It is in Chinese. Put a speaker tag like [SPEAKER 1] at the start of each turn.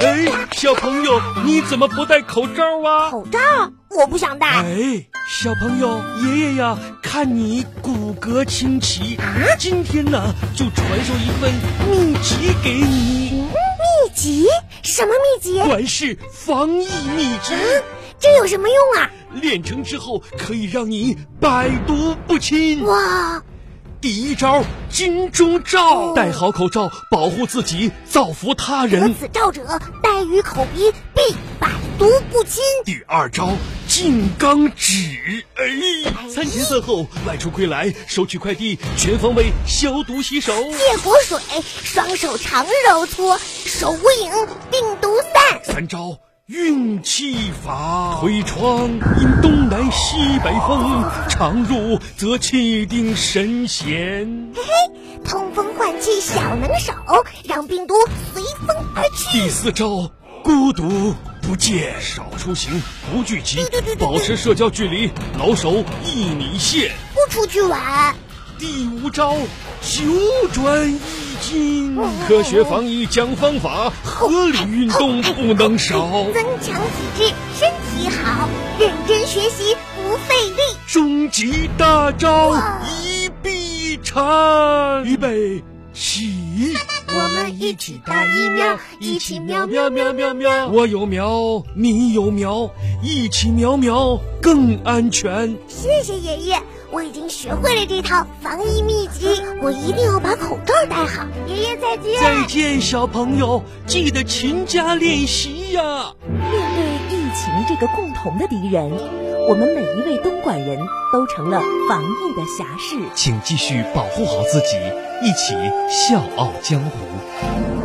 [SPEAKER 1] 哎，小朋友，你怎么不戴口罩啊？
[SPEAKER 2] 口罩哦我不想戴，
[SPEAKER 1] 哎，小朋友，爷爷呀，看你骨骼清奇，
[SPEAKER 2] 嗯
[SPEAKER 1] 今天呢就传授一份秘籍给你，
[SPEAKER 2] 秘籍什么秘籍？
[SPEAKER 1] 管是防疫秘籍，
[SPEAKER 2] 这有什么用啊？
[SPEAKER 1] 练成之后可以让你百毒不侵。
[SPEAKER 2] 哇，
[SPEAKER 1] 第一招金钟
[SPEAKER 2] 嗯
[SPEAKER 1] 罩，戴好口罩，保护自己，造福他
[SPEAKER 2] 得
[SPEAKER 1] 人。
[SPEAKER 2] 此罩者，戴于口鼻，必百毒不侵。
[SPEAKER 1] 第二招金刚指，哎，餐前饭后外出归来，收取快递，全方位消毒洗手。
[SPEAKER 2] 泻火水，双手常揉搓，手无影，病毒散。
[SPEAKER 1] 三招运气法，推窗因东南西北风，常入则气定神闲。
[SPEAKER 2] 通风换气小能手，让病毒随风而去。
[SPEAKER 1] 第四招，孤独不戒，少出行，不聚集
[SPEAKER 2] 对对对对，对
[SPEAKER 1] 保持社交距离，老守一米线。
[SPEAKER 2] 不出去玩，
[SPEAKER 1] 第五招，九转易筋，科学防疫讲方法，合理运动不能少。
[SPEAKER 2] 增强体质，身体好，认真学习不费力。
[SPEAKER 1] 终极大招一臂缠，预备起！
[SPEAKER 2] 我们一起打疫苗一起喵
[SPEAKER 1] 喵喵喵喵！我有苗，你有苗，一起苗苗更安全。
[SPEAKER 2] 谢谢爷爷，我已经学会了这套防疫秘籍，我一定要把口罩戴好。爷爷再见。
[SPEAKER 1] 再见，小朋友，记得勤加练习呀、
[SPEAKER 3] 面对疫情这个共同的敌人，我们每一位东莞人都成了防疫的侠士。
[SPEAKER 1] 请继续保护好自己，一起笑傲江湖。